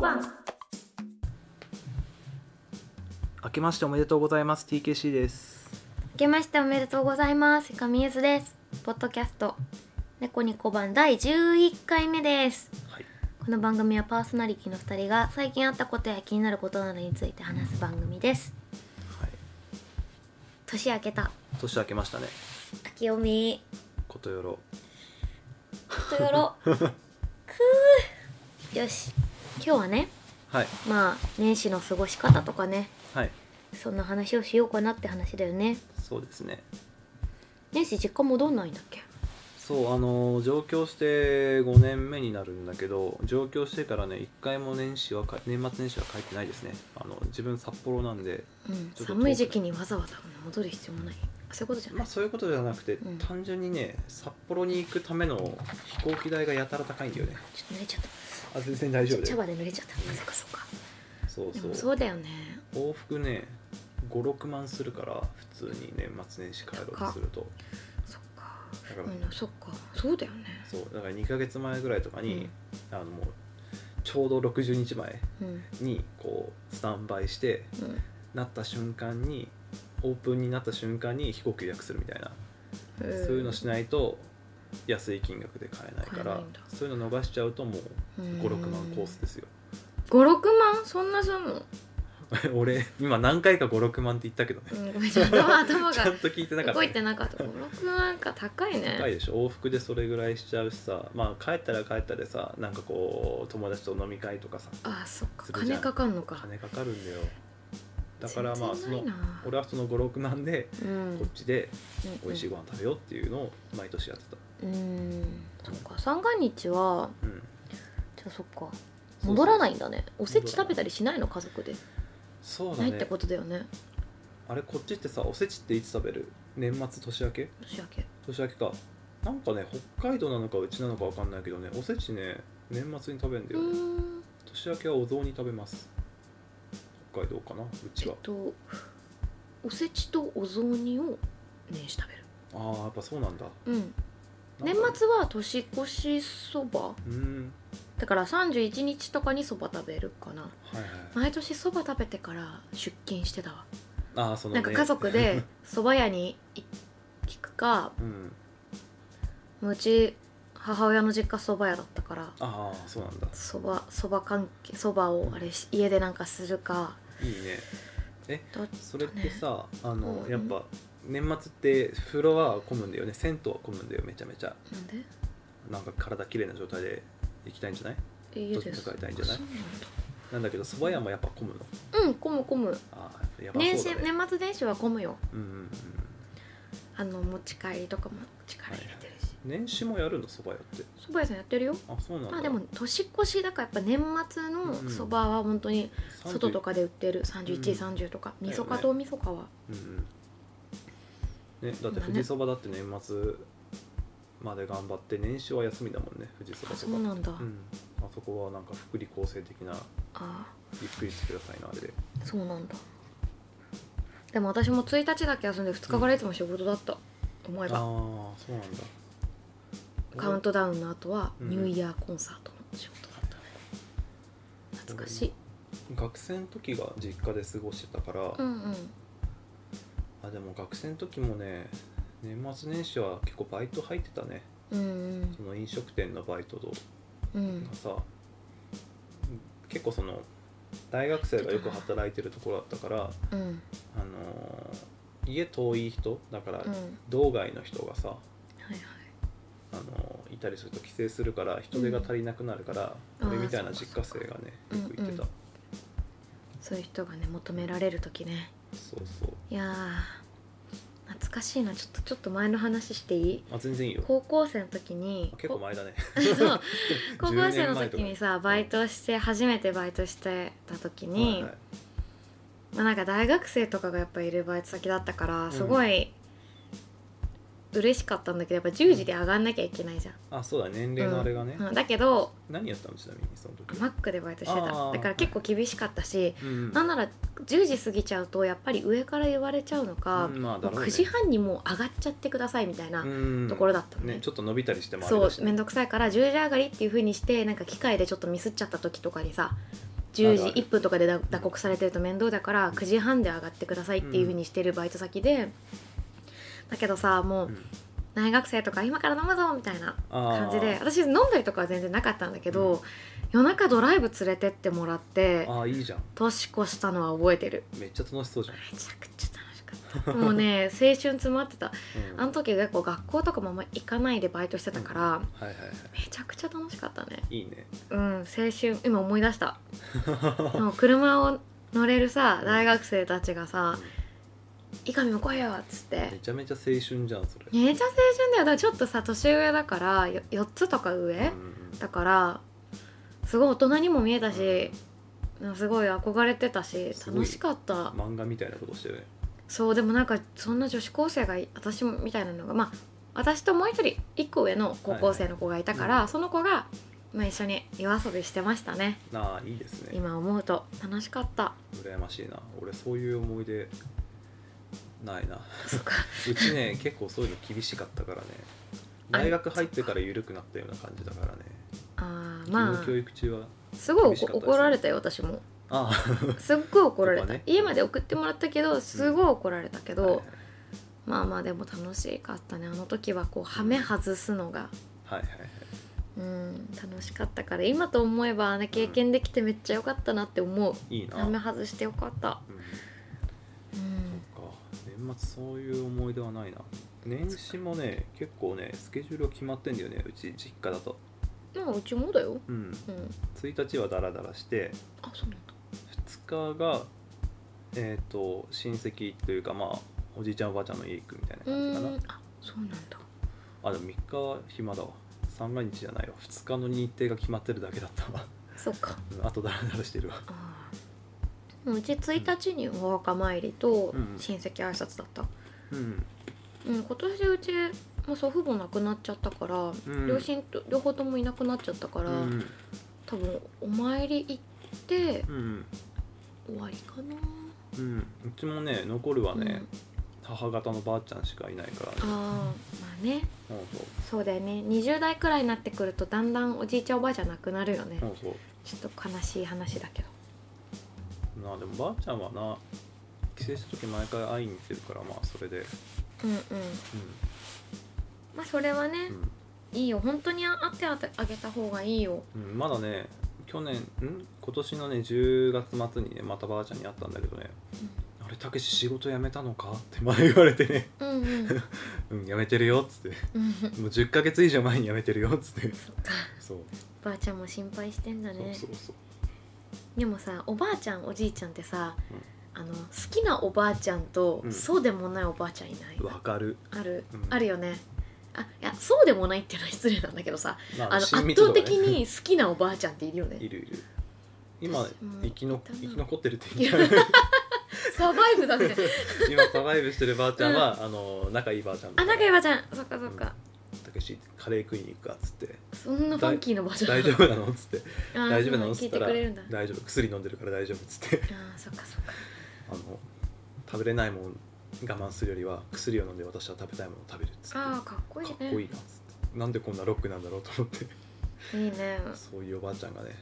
番明けましておめでとうございます TKC です明けましておめでとうございます神エズですポッドキャスト猫に小番第11回目ですはいこの番組はパーソナリティの2人が最近あったことや気になることなどについて話す番組ですはい年明けた年明けましたね明けおめことよろとよ ろくーよし今日はねはいまあ年始の過ごし方とかねはいそんな話をしようかなって話だよねそうですね年始実家戻んないんだっけそうあのー上京して5年目になるんだけど上京してからね一回も年始はか年末年始は帰ってないですねあの自分札幌なんでうんちょっと遠く寒い時期にわざわざ戻る必要もないあそういうことじゃまなあいそういうことじゃなくて、うん単純にね札幌に行くための飛行機代がやたら高いんだよねちょっと濡れちゃったあ全然大丈夫だ茶よ葉で濡れちゃったあそっかそっかそうでそもうそうだよね往復ね56万するから普通に年末年始帰ろうとするとそっかだから、うんそっかそうだよねそうだから2ヶ月前ぐらいとかに、あのもうちょうど60日前うんにこうスタンバイしてうんなった瞬間にオープンになった瞬間に飛行機予約するみたいうな、んそういうのしないと安い金額で買えないか買えらないんだそういうの逃しちゃうともううん56万コースですよ 56万そんなすんの、俺今何回か56万って言ったけどねうん、ごめんちょっと頭頭ちゃがんと聞いて なかった動ね、いてなかった56万か高いね高いでしょ往復でそれぐらいしちゃうしさまあ帰ったら帰ったでさなんかこう友達と飲み会とかさあそっかするじ金ゃんかかんのか金かかるんだよだからまあそ全の然ないな俺はその56万でうんこっちで美味しいいご飯食べようっていうのを毎年やってたうんそっか三が日はうんじゃあそっか戻らないいんだねおせち食べたりしないの家族でそうだないっねてことだよねあれこっちってさおせちっていつ食べる年末年明け年明け年明けかなんかね北海道なのかうちなのかわかんないけどねおせちね年末に食べるんだうよねん年明けはお雑煮食べます北海道かなうちえっはとおせちとお雑煮を年始食べるあーやっぱそうなんだうんな年んか末は年越しそばうんだから31日とかにそば食べるかなはいはい毎年そば食べてから出勤してたわあーその、なね、んか家族でそば屋に行行くか うんもううち母親の実家そば屋だったからああそうなんだそばそば関係そばをあれし家でなんかするかいいねだったねそれってさ、あの、うんやっぱ年末って風呂は混むんだよね銭湯は混むんだよめちゃめちゃなんでなんか体綺麗な状態で行きたいんじゃない家でどっちか買いたいんじゃないあそうななんだけど蕎麦屋もやっぱ混むのんだうん混む混むああやっぱやば年始そうだね年末年始は混むようんうんうんあの持ち帰りとかも力入れてるし年始もやるの蕎麦屋ってそば屋さんやってるよあそうなんだまあでも年越しだからやっぱ年末のそばは本当に30外とかで売ってる31、う30とかだよみねそかと大みそかはうんうんねだって富士そばだって年末まで頑張って年始は休みだもんね富士そばあとかそうなんだうん、あそこはなんか福利厚生的なあゆっくりしてくださいのあれでーそうなんだでも私も1日だけ休んで2日からいつも仕事だった思ああえーばそうなんだカウントダウンの後はうんニューイヤーコンサートの仕事だったね懐かしい学生の時が実家で過ごしてたから、うんうんあでも学生の時もね年末年始は結構バイト入ってたねうんその飲食店のバイトとうんうんがさ、結構その大学生がよく働いてるところだったからうんあのー家遠い人だからうんはい道外の人がさ、はいあのーいたりすると帰省するから人手が足りなくなるから、うん俺あーみたいな実家生がねそっかそよっくか行ってた、うそういう人がね求められる時ねそうそういやー懐かしいなちょっとちょっと前の話していいあ全然いいよ高校生の時にあ結構前だねこ そう高校10生年の前と時かにさバイトして初めてバイトしてた時に、はいはいまあ、なんか大学生とかがやっぱいるバイト先だったからんすごい嬉しかったんだけどやっぱ10時で上がんなきゃいけないじゃん、あそうだ年齢のあれがね、うんだけど何やったのちなみにその時、マックでバイトしてたあーだから結構厳しかったしうんうんなんなら10時過ぎちゃうとやっぱり上から言われちゃうのか、うんまあもだうろうね9時半にもう上がっちゃってくださいみたいなところだったのねねちょっと伸びたりしてもあれそだうしね面倒くさいから10時上がりっていう風にしてなんか機械でちょっとミスっちゃった時とかにさ10時あるある1分とかでだ打刻されてると面倒だから9時半で上がってくださいっていうふうにしてるバイト先で、だけどさもううん大学生とか今から飲むぞみたいなあー感じで私飲んだりとかは全然なかったんだけど、夜中ドライブ連れてってもらってああいいじゃん年越したのは覚えてるめっちゃ楽しそうじゃん、めちゃくちゃ楽しかったもう ね青春詰まってたうんあの時結構学校とかもあんま行かないでバイトしてたから、はいはいはめちゃくちゃ楽しかったねいいいねうん青春今思い出した でも車を乗れるさ大学生たちがさ「伊上も来いよ」っつってめちゃめちゃ青春じゃんそれ、めちゃ青春だよだからちょっとさ年上だからよ4つとか上、うんうんだからすごい大人にも見えたし、すごい憧れてたしすごい楽しかった、漫画みたいなことしてるねそうでもなんかそんな女子高生がい私みたいなのがまあ私ともう一人1個上の高校生の子がいたから、はいその子が、まあ、一緒に夜遊びしてましたねああいいですね今思うと楽しかった羨ましいな俺そういう思い出ないなそ っか うちね結構そういうの厳しかったからねあ大学入ってから緩くなったような感じだからねあー義ま務教育中はあすごい厳しかったですね怒られたよ私もああすっごい怒られた、やっぱね家まで送ってもらったけどすごい怒られたけど、はいまあまあでも楽しかったねあの時はこうハメ外すのがはいはいうん楽しかったから今と思えばあの経験できてめっちゃ良かったなって思ういいな、ハうん、メそっか外して良かったうん年末そういう思い出はないな年始もね結構ねスケジュール決まってんだよねうち実家だとまあうちもだようんうん1日はダラダラしてあそうなんだ2日がえっ、と親戚というかまあおじいちゃんおばあちゃんの家行くみたいなう感じーかなんあそうなんだあでも3日は暇だわ三が日じゃないわ2日の日程が決まってるだけだったわ そっかうんあとダラダラしてるわあーうち1日にお墓参りとうん親戚挨拶だった、うんうん、今年うちもう祖父母亡くなっちゃったから、うん両親と両方ともいなくなっちゃったかうら、ん多分お参り行ってうん終わりかな、うんうちもね残るはうん、ね、母方のばあちゃんしかいないから、ねあ、あまあねそうそうそうだよね20代くらいになってくるとだんだんおじいちゃんおばあちゃんなくなるよねそうそうちょっと悲しい話だけどなでもばあちゃんはな帰省した時毎回会いに行ってるからまあそれでうんうんまあそれはね、うん、うんいいよ本当に会ってあげた方がいいようんまだね去年ん今年のね10月末にねまたばあちゃんに会ったんだけどね「あれたけし仕事辞めたのか?」って前言われてねうんうんうん 「うん辞めてるよ」っつってうん「もう10ヶ月以上前に辞めてるよ」っつってそっかそうばあちゃんも心配してんだそねうそうそうでもさおばあちゃんおじいちゃんってさ、うんあの好きなおばあちゃんと、うんそうでもないおばあちゃんいないわかるある、うんあるよねあいやそうでもないっていうのは失礼なんだけどさまあの圧親密倒度がね的に好きなおばあちゃんっているよねいるいる今私も生きのいたな生き残ってるって言っちゃうサバイブだね今サバイブしてるばあちゃんは、あの仲いいばあちゃんあ仲いいばばあちゃんそっかそっか、たけしカレー食いに行くかっつ ってそんなファンキーなおばあ「ちゃん大丈夫なの?」っつってあー「大丈夫なの?」っそう聞いつってたらくれるんだ「大丈夫薬飲んでるから大丈夫」っつって あーそっかそっかあの食べれないもん我慢するよりは薬を飲んで私は食べたいものを食べるっつってあーかっこいいかねっこいいなっつってなんでこんなロックなんだろうと思っていいねそういうおばあちゃんがね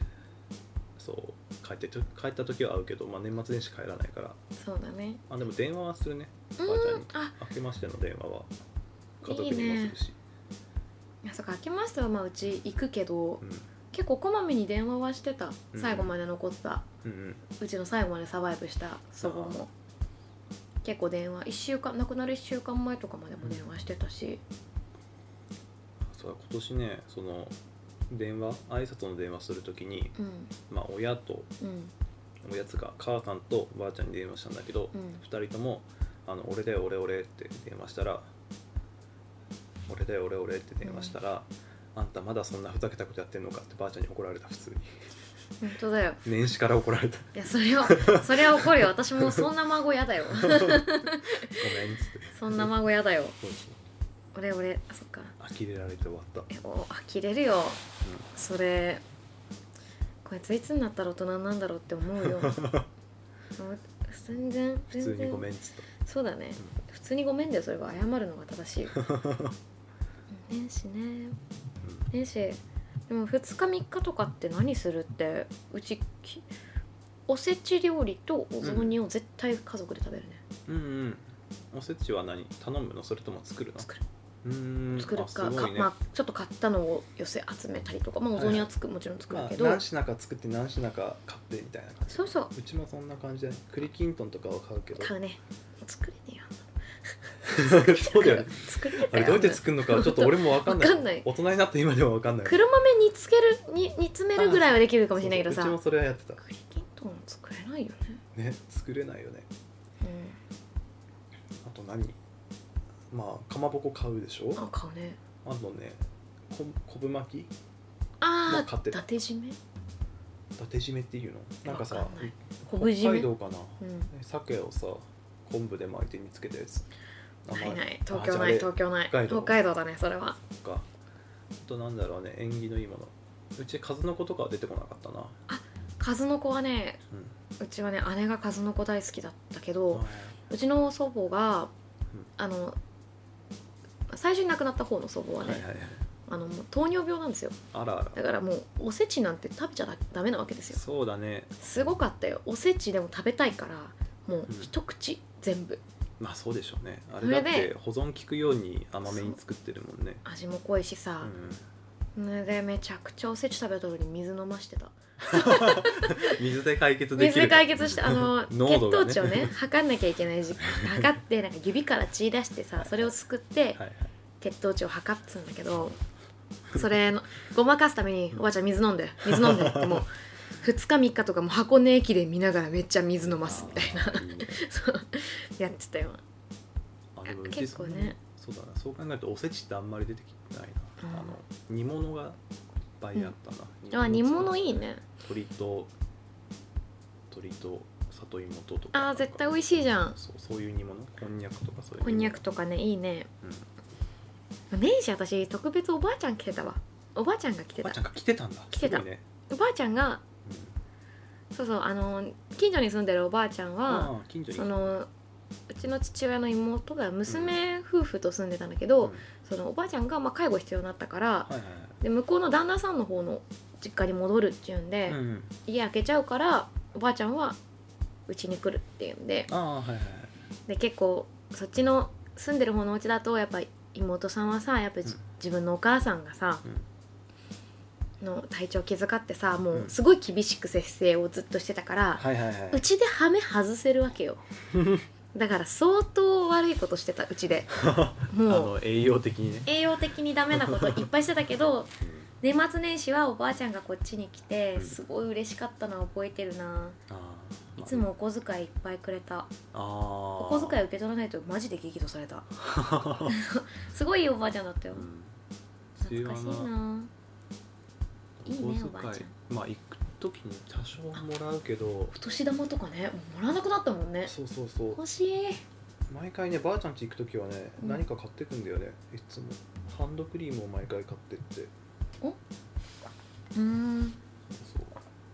そう帰ってと帰った時は会うけど、まあ、年末年始帰らないからそうだねあでも電話はするねうばあちゃんんにあ明けましての電話は家族いいにもすねるしいやそっか明けましてはまあうち行くけどうん結構こまめに電話はしてたうん最後まで残った、うんうんうちの最後までサバイブした祖母も結構電話1週間亡くなる1週間前とかまでも電話してたし、そうだ今年ねその電話挨拶の電話する時に、うん、まあ、親とうんおやつが母さんとばあちゃんに電話したんだけど、うん2人とも「あの俺だよ俺俺」って電話したら「俺だよ俺俺」って電話したら、あんたまだそんなふざけたことやってんのか」ってばあちゃんに怒られた普通に本当だよ年始から怒ら れたいやそれは それは怒るよ私もそんな孫やだ よ「ごめん」っつってそんな孫やだよそうそう俺俺あそっか呆れられて終わった、えおあ切れるよそれこいついつになったら大人なんだろうって思う よ もう全然普全然通に「ごめん」っつったそうだね、普通にごめんだよそれは謝るのが正 しいうん年始ね年始でも2日3日とかって何するってうちきおせち料理とお雑煮を絶対家族で食べるね、うんうんおせちは何頼むのそれとも作るの作るうーん作るあか,、すごかいねまあ、ちょっと買ったのを寄せ集めたりとか、まあ、お雑煮はつく、もちろん作るまあけど、何品か作って何品か買ってみたいな感じそうそううちもそんな感じで栗きんとんとかは買うけど買うね作れねえよ そうだよね 作れねえあかられどうやって作 るのかちょっと俺も分かんないわかんない大人になって今でも分かんない黒豆煮つけるに煮詰めるぐらいはできるかかもしれないけどさうちもそれはやって栗きんとん作れないよね、たね作れないよねうあと何まあかまぼこ買うでしょん、あ買うねあとねこ昆布巻きもあうあ買って伊る達締め伊達締めっていうのなんかわさかんない北昆布締海め道かなうん鮭をさ昆布で巻いて見つけたやつな甘いない東京ないあじゃあ東京ない北海道北海道だねそれはあれかあとなんだろうね縁起のいいものうち数の子とかは出てこなかったな数の子はねううんちはね姉が数の子大好きだったけはどうちの祖母がうんあの最初に亡くなった方の祖母はいね、はいはいあのもう糖尿病なんですよあらあらだからもうおせちなんて食べちゃダメなわけですよそうだねすごかったよおせちでも食べたいからもう一口全部まあそうでしょうねあそれれだっでて保存効くように甘めに作ってるもんね味も濃いしうさ、んそれでめちゃくちゃおせち食べたのに水飲ましてた水で解決できる水で解決してあの 濃血度が糖ね値をね測んなきゃいけない時期測ってなんか指から血出してさそれをすくってはいはい血糖値を測ってたんだけどそれのごまかすために「おばあちゃん水飲んで水 飲んで」ってもう2日3日とかもう箱根駅伝見ながらめっちゃ水飲ますみたいな あーいいねそうやってたよあであもうち結構ねそんなそうだなそう考えるとおせちってあんまり出てきてないな、うんあの煮物がいっぱいあったな、あ煮物いいね鶏と鶏と里芋ととかあー絶対美味しいじゃんそうそういう煮物こんにゃくとかそういうこんにゃくとかねいいねうん年始私特別おばあちゃん来てたわおばあちゃんが来ておばたあちゃんが来てたんだ来てたすごいね、おばあちゃんがうんそうそうあの近所に住んでるおばあちゃんはあー近所にそのうちの父親の妹が娘夫婦と住んでたんだけど、うんそのおばあちゃんがまあ介護必要になったからはいはいで向こうの旦那さんの方の実家に戻るっていうんで、はい、うんうん、家開けちゃうからおばあちゃんはうちに来るっていうんでああはいはいはいで結構そっちの住んでる方のお家だとやっぱ妹さんはさやっぱじ、うん自分のお母さんがさうんの体調を気遣ってさもううんすごい厳しく節制をずっとしてたから、はいはいはいうちでハメ外せるわ けよだから相当悪いことしてたうちで あもうの栄養的にね、栄養的にダメなこといっぱいしてたけどうん年末年始はおばあちゃんがこっちに来てうんすごい嬉しかったのは覚えてるなあーいつもお小遣いいっぱいくれたあおお小 遣い受け取らないとマジで激怒されたすごいいいおばあちゃんだったよ懐かしいなおいい小ね遣おばあちゃんまあ行く時に多少もらうけどお年玉とかねもらわなくなったもんねそうそうそう欲しい毎回ねばあちゃん家行く時はね、うん何か買ってくんだよねいつもハンドクリームを毎回買ってってうーんそう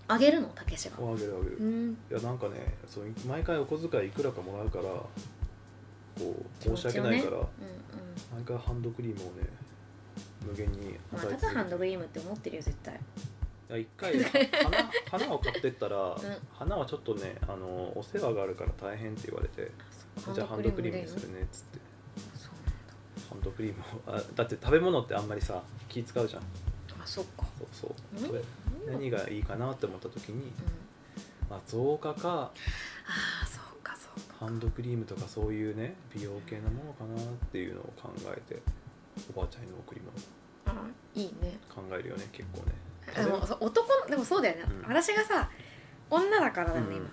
あげるのたけしがあげるあげる、ういんやなんかねそう毎回お小遣いいくらかもらうからこう申し訳ないから、うんうん毎回ハンドクリームをね無限にまあ、ただハンドクリームって思ってるよ絶対いや一回花花を買ってった ら、ん花はちょっとねあのお世話があるから大変って言われてじゃあハンドクリームにするねっつってそうハンドクリームをあだって食べ物ってあんまりさ気使うじゃんなんだあそっかそうそううんこれ何がいいかなって思った時に、うんまあ、造花かああそうかそうかハンドクリームとかそういうね美容系のものかなっていうのを考えておばあちゃんへの贈り物あいいね考えるよね結構ねでもそう男のでもそうだよね、うん私がさ女だからだよね、うん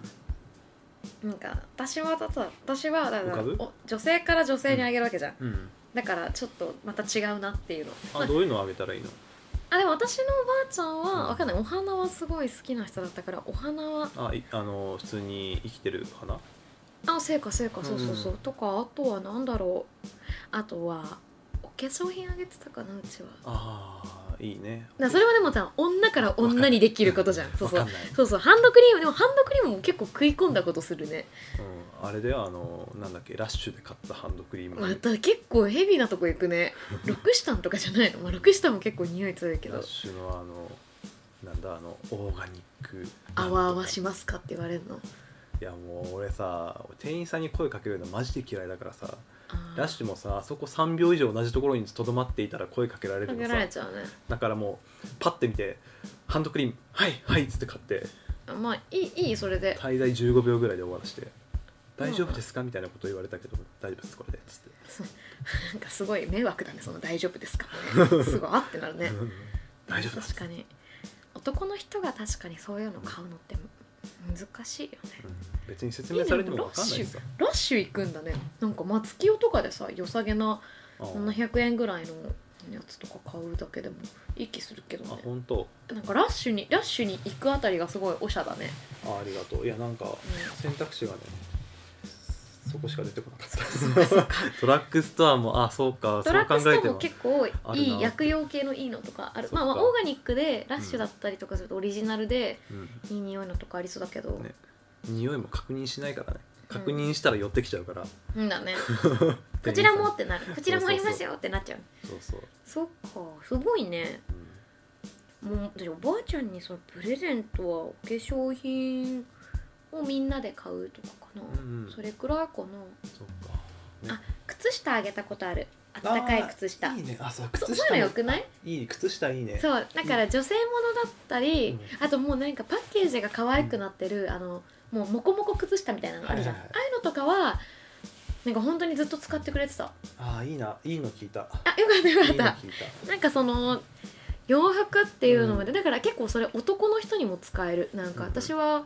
今なんか私はただ私はだから浮かぶお女性から女性にあげるわけじゃん、うんだからちょっとまた違うなっていうのまあどういうのをあげたらいいのあでも私のおばあちゃんはうんわかんないお花はすごい好きな人だったからお花はあいあの普通に生きてる花あそうかそうかそうそうそう、うんとかあとはなんだろうあとはお化粧品あげてたかなうちはだかあーいいねらそれはでもさ女から女にできることじゃんそうそうわかんないそうそうハンドクリームでもハンドクリームも結構食い込んだことするねうん、あれではあのなんだっけラッシュで買ったハンドクリームまラた結構ヘビーなとこ 行くねロクシタンとかじゃないの、まあ、ロクシタンも結構匂い強いけどッシュのあのなんだあのオーガニックあわあわしますかって言われるのいやもう俺さ店員さんに声かけるのマジで嫌いだからさあーラッシュもさあそこ3秒以上同じところにとどまっていたら声かけられるかのけさられちゃうねだからもうパッて見てハンドクリームはいはいっつって買ってあまあいいいいそれで滞在15秒ぐらいで終わらして「大丈夫ですか?」みたいなこと言われたけど「大丈夫ですこれで」っつってなんかすごい迷惑だねその「大丈夫です か?」すごいあってなるね「 大丈夫だ」確かに男の人が確かにそういうの買うのって難しいよねうん別に説明されても分かんないしさラッシュ行くんだねなんか松清とかでさ良さげなあー700円ぐらいのやつとか買うだけでもいい気するけどあね本当なんかラッシュにラッシュに行くあたりがすごいおしゃだね、あありがとういやなんかう選択肢がねそこしか出てこなかん、そうかそうっかたドラッグス トアもあそうかドラッグスそう考えトアてもも結構あるいない薬用系のいいのとかあるそっまかあまあオーガニックでラッシュだったりとかするとオリジナルでうんいい匂いのとかありそうだけど、ね匂いも確認しないからね確認したら寄ってきちゃうから、うんだ ねこ店員ちさらんもってなるこちらもありますよってなっちゃうそうそう、そっかすごいねうんもう私おばあちゃんにそのプレゼントはお化粧品をみんなで買うとかかな、うんうんそれくらいかなそうか靴下あげたことあるあったかい靴下いいねあそうそうそういう靴下のよもくないいい靴下いいねそうだから女性ものだったり、うんあともうなんかパッケージが可愛くなってる、あのもうモコモコ靴下みたいなのあるじゃん、はいはいああいうのとかはなんか本当にずっと使ってくれてたああいいないいの聞いたあよかったよいかいったの聞いなんかその洋服っていうのまで、だから結構それ男の人にも使えるなんかうんうん私は、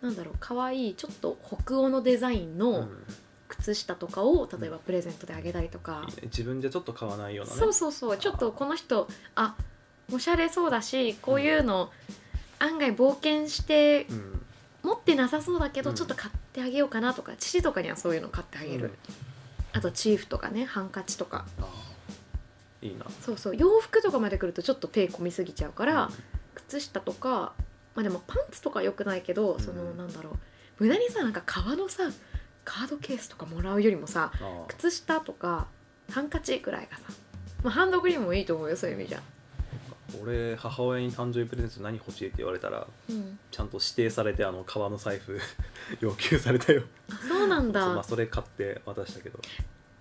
なんだろう可愛いちょっと北欧のデザインた、うのん靴下とかを例えばプレゼントであげたりとかいい、ね自分じゃちょっと買わないようなねそうそうそうちょっとこの人あおしゃれそうだしこういうの、案外冒険してうん持ってなさそうだけど、うんちょっと買ってあげようかなとか父とかにはそういうの買ってあげる、うんあとチーフとかねハンカチとかあーいいなそうそう洋服とかまで来るとちょっと手込みすぎちゃうから、うん靴下とかまあでもパンツとか良くないけどそのうんなんだろう無駄にさなんか革のさカードケースとかもらうよりもさあー靴下とかハンカチくらいがさ、まあ、ハンドクリームもいいと思うよそういう意味じゃ、俺母親に誕生日プレゼント何欲しいって言われたらうん、ちゃんと指定されてあの革の財布 要求されたよあそうなんだそうまあそそれ買って渡したけど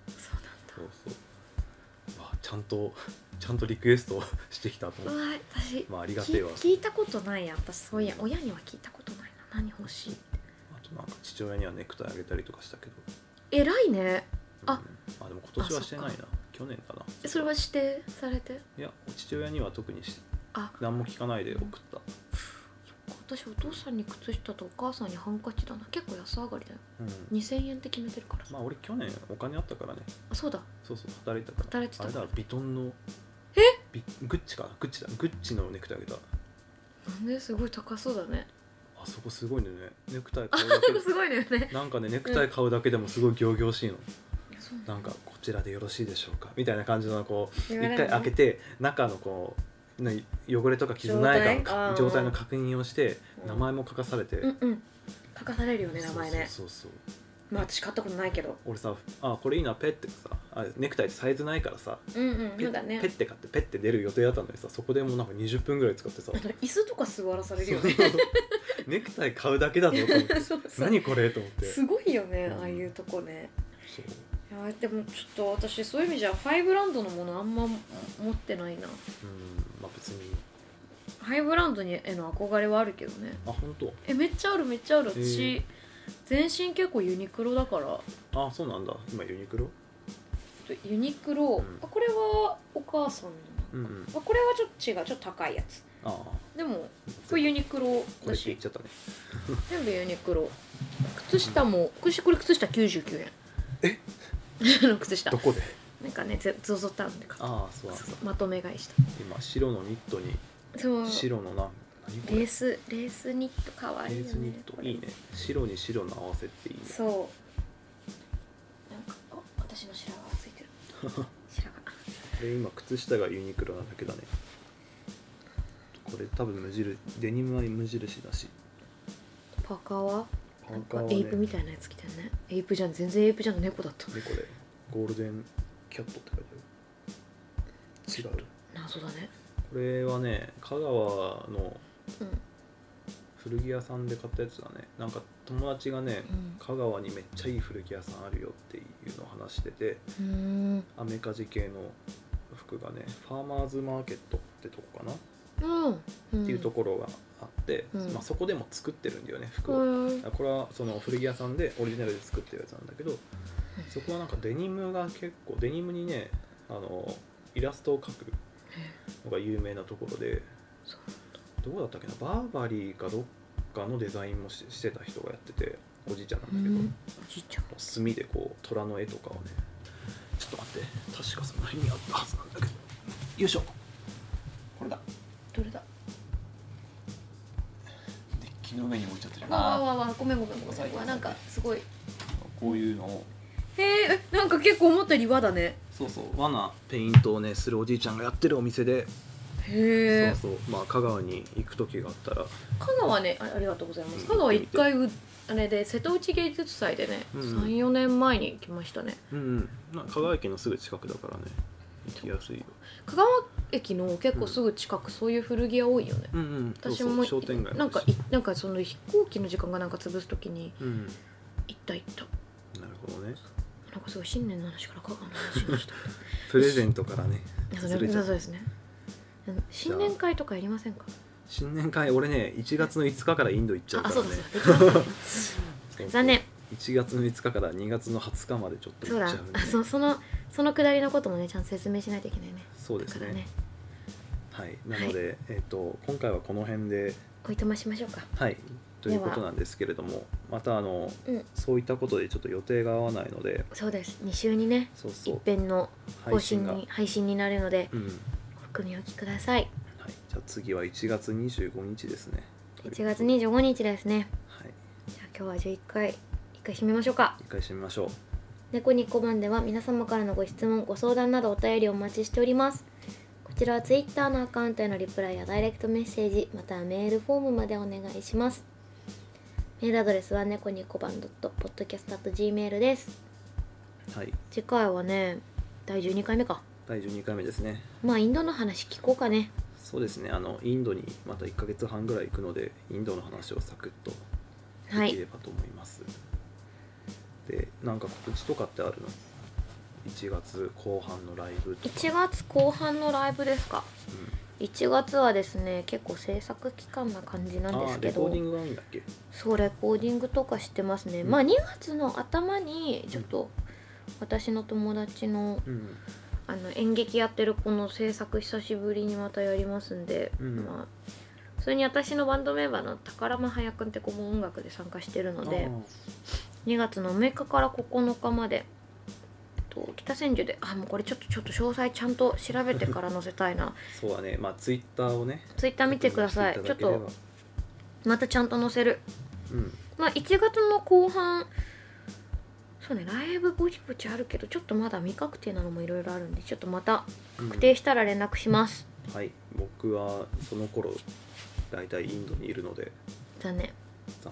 うそうそうまあちゃんとちゃんとリクエストを してきたと思なっんてだうわ私、まあありがて聞えわ聞いたことないや私そういや親には聞いたことないな何欲しいってあとなんか父親にはネクタイあげたりとかしたけど、偉いねあうんあでも今年はしてないなあそ去年かなえそれは指定されていや父親には特にしあ何も聞かないで送った、私お父さんに靴下とお母さんにハンカチだな結構安上がりだようん、 2000円って決めてるからまあ俺去年お金あったからねあそうだそうそう働いたから働いてたあれだビトンのえビグッチかなグッチだグッチのネクタイあげたなんですごい高そうだねあそこすごいんだよねネクタイあ買うだけそでこ すごいのよねなんかねネクタイ買うだけでもすごい仰々しいの、そうなんかこちらでよろしいでしょうかみたいな感じのこう一言われる回ね開けて中のこうな汚れとか傷ないかの状態状態の確認をしてうん名前も書かされて、うんうん書かされるよね名前ねそうそうそうそうまあ私買ったことないけど俺さあこれいいなペってさあネクタイってサイズないからさうんうんペ,、そうだねペって買ってペって出る予定だったのにさそこでもうなんか20分ぐらい使っ てさ あの椅子とか座らされるよねそうネクタイ買うだけだぞと思って そうそう何これと思ってすごいよねうんああいうとこねそういやでもちょっと私そういう意味じゃファイブランドのものあんま持ってないなうんまあ別にファイブランドにへの憧れはあるけどねあ本当えめっちゃあるめっちゃあるへえ私全身結構ユニクロだからあそうなんだ今ユニクロユニクロ、うんあこれはお母さんのうんうんあこれはちょっと違うちょっと高いやつああでもこれユニクロこだれってし言っちゃったね全部ユニクロ靴下も私これ靴下99円え あの靴下どこでなんかね ZOZO タウンで買っああそうたなんだそうそうまとめ買いし今白のニットにたそう白のな何こレれレースレースニットかわいいよーねスニットこれいいね白に白の合わせっていいねそうなんかあ私の白髪がついてる 白髪で今靴下がユニクロなだけだねこれ多分無印デニムは無印だしパーカーはパなんーカーかはねエイプみたいなやつ着てんねエイプじゃん全然エイプじゃん猫だったでこれゴールデンキャットって書いてある違う謎だねこれはね香川のうん古着屋さんで買ったやつだねなんか友達がね香川にめっちゃいい古着屋さんあるよっていうのを話しててうんアメカジ系の服がねファーマーズマーケットってとこかな、うんうんっていうところがあって、うんまあ、そこでも作ってるんだよね服を、うんこれはその古着屋さんでオリジナルで作ってるやつなんだけどそこはなんかデニムが結構デニムにねあのイラストを描くのが有名なところでそうどこだったっけなバーバリーかどっかのデザインもししてた人がやってておじいちゃんなんだけど、もうおじいちゃん墨でこう虎の絵とかをねちょっと待って確かその辺にあったはずなんだけどよいしょこれだどれだデッキの上に置いちゃってるわあわあわあごめんごめんごめんわなんかすごいこういうのをへええなんか結構思ったより和だねそうそう罠ペイントをねするおじいちゃんがやってるお店で、へえそうそうまあ香川に行く時があったら香川ねあありがとうございまうすん香川一回うあれで瀬戸内芸術祭でねうん34年前に来ましたねうん、うんまあ、香川駅のすぐ近くだからね行きやすいよ香川駅の結構すぐ近くそういう古着屋多いよねうんうん私もそうそう商店街もなんかいいなんかその飛行機の時間がなんか潰す時にうんな行った行ったるほどねなんかすごい新年の話から香川の話を したプレゼントからねいやそずれれちゃそううですねうん新年会とかやりませんか新年会俺ね1月の5日からインド行っちゃうあかあらそうねですできますねそうそう残念1月の5日から2月の20日までちょっとそう行っだちゃうねあそそのそのくだりのこともねちゃんと説明しないといけないねそうでだすからねねはいなので、えっ、と今回はこの辺でおいとましましょうかはいということなんですけれどもまたあのうんそういったことでちょっと予定が合わないのでそうです2週にねそうそ一う遍の更配新信が、うんに配信になるのではい、お含みおきくださいじゃあ次は1月25日ですね1月25日ですねはいじゃあ今日はじゃあ一回一回締めましょうか一回してみましょう猫ニコマンでは皆様からのご質問ご相談などお便りをお待ちしておりますこちらは Twitter のアカウントへのリプライやダイレクトメッセージまたはメールフォームまでお願いしますメールアドレスは猫ニコマン .podcast.gmail ですはい次回はね第12回目か第12回目ですねまあインドの話聞こうかねそうですねあのインドにまた1ヶ月半ぐらい行くのでインドの話をサクッとはできいればと思います、でなんか告知とかってあるの1月後半のライブとか1月後半のライブですかうん1月はですね結構制作期間な感じなんであすーけレコどーディングが多いんだっけそうレコーディングとかしてますね、うんまあ2月の頭にちょっと私の友達のうんあの演劇やってる子の制作久しぶりにまたやりますんで、うんまあそれに私のバンドメンバーの宝間隼君って子も音楽で参加してるので2月の6日から9日まで、えっと、北千住であもうこれちょっとちょっと詳細ちゃんと調べてから載せたいなそうだねまあツイッターをねツイッター見てください見ちてょっだければとまたちゃんと載せるうんまあ1月の後半そうねライブぼちぼちあるけどちょっとまだ未確定なのもいろいろあるんでちょっとまたうん確定したら連絡します、はい僕はその頃大体インドにいるので残念残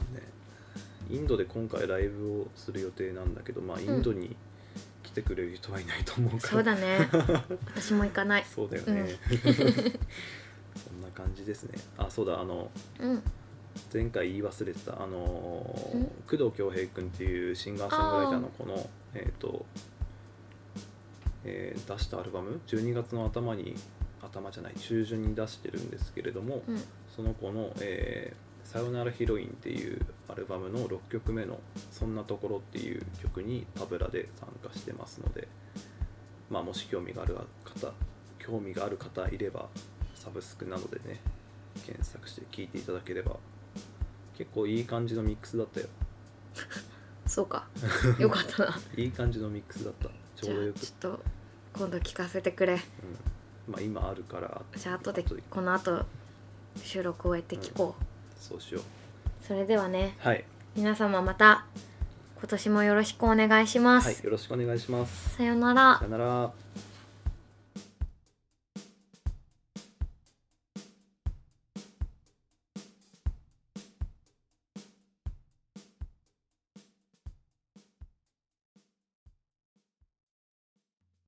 念インドで今回ライブをする予定なんだけどまあインドに来てくれる人はいないと思うから、そうだ ね私も行かないそうだよね、 そんな感じですねあそうだあのうん前回言い忘れてたあのーん工藤恭平君っていうシンガーソングライターの子のえっ、と、えー出したアルバム12月の頭に頭じゃない中旬に出してるんですけれども、うんその子の、えーさよならヒロイン」っていうアルバムの6曲目の「そんなところ」っていう曲にタブラで参加してますので、まあ、もし興味がある方興味がある方いればサブスクなどでね検索して聴いていただければ結構いい感じのミックスだったよそう かよかったないい感じのミックスだったちじょゃうどよあくちょっと今度聞かせてくれうんまあ、今あるからじゃあ後で後でこの後収録終えて聞こう、そうしようそれではねはい、皆様また今年もよろしくお願いします、はい、よろしくお願いしますさよならさよなら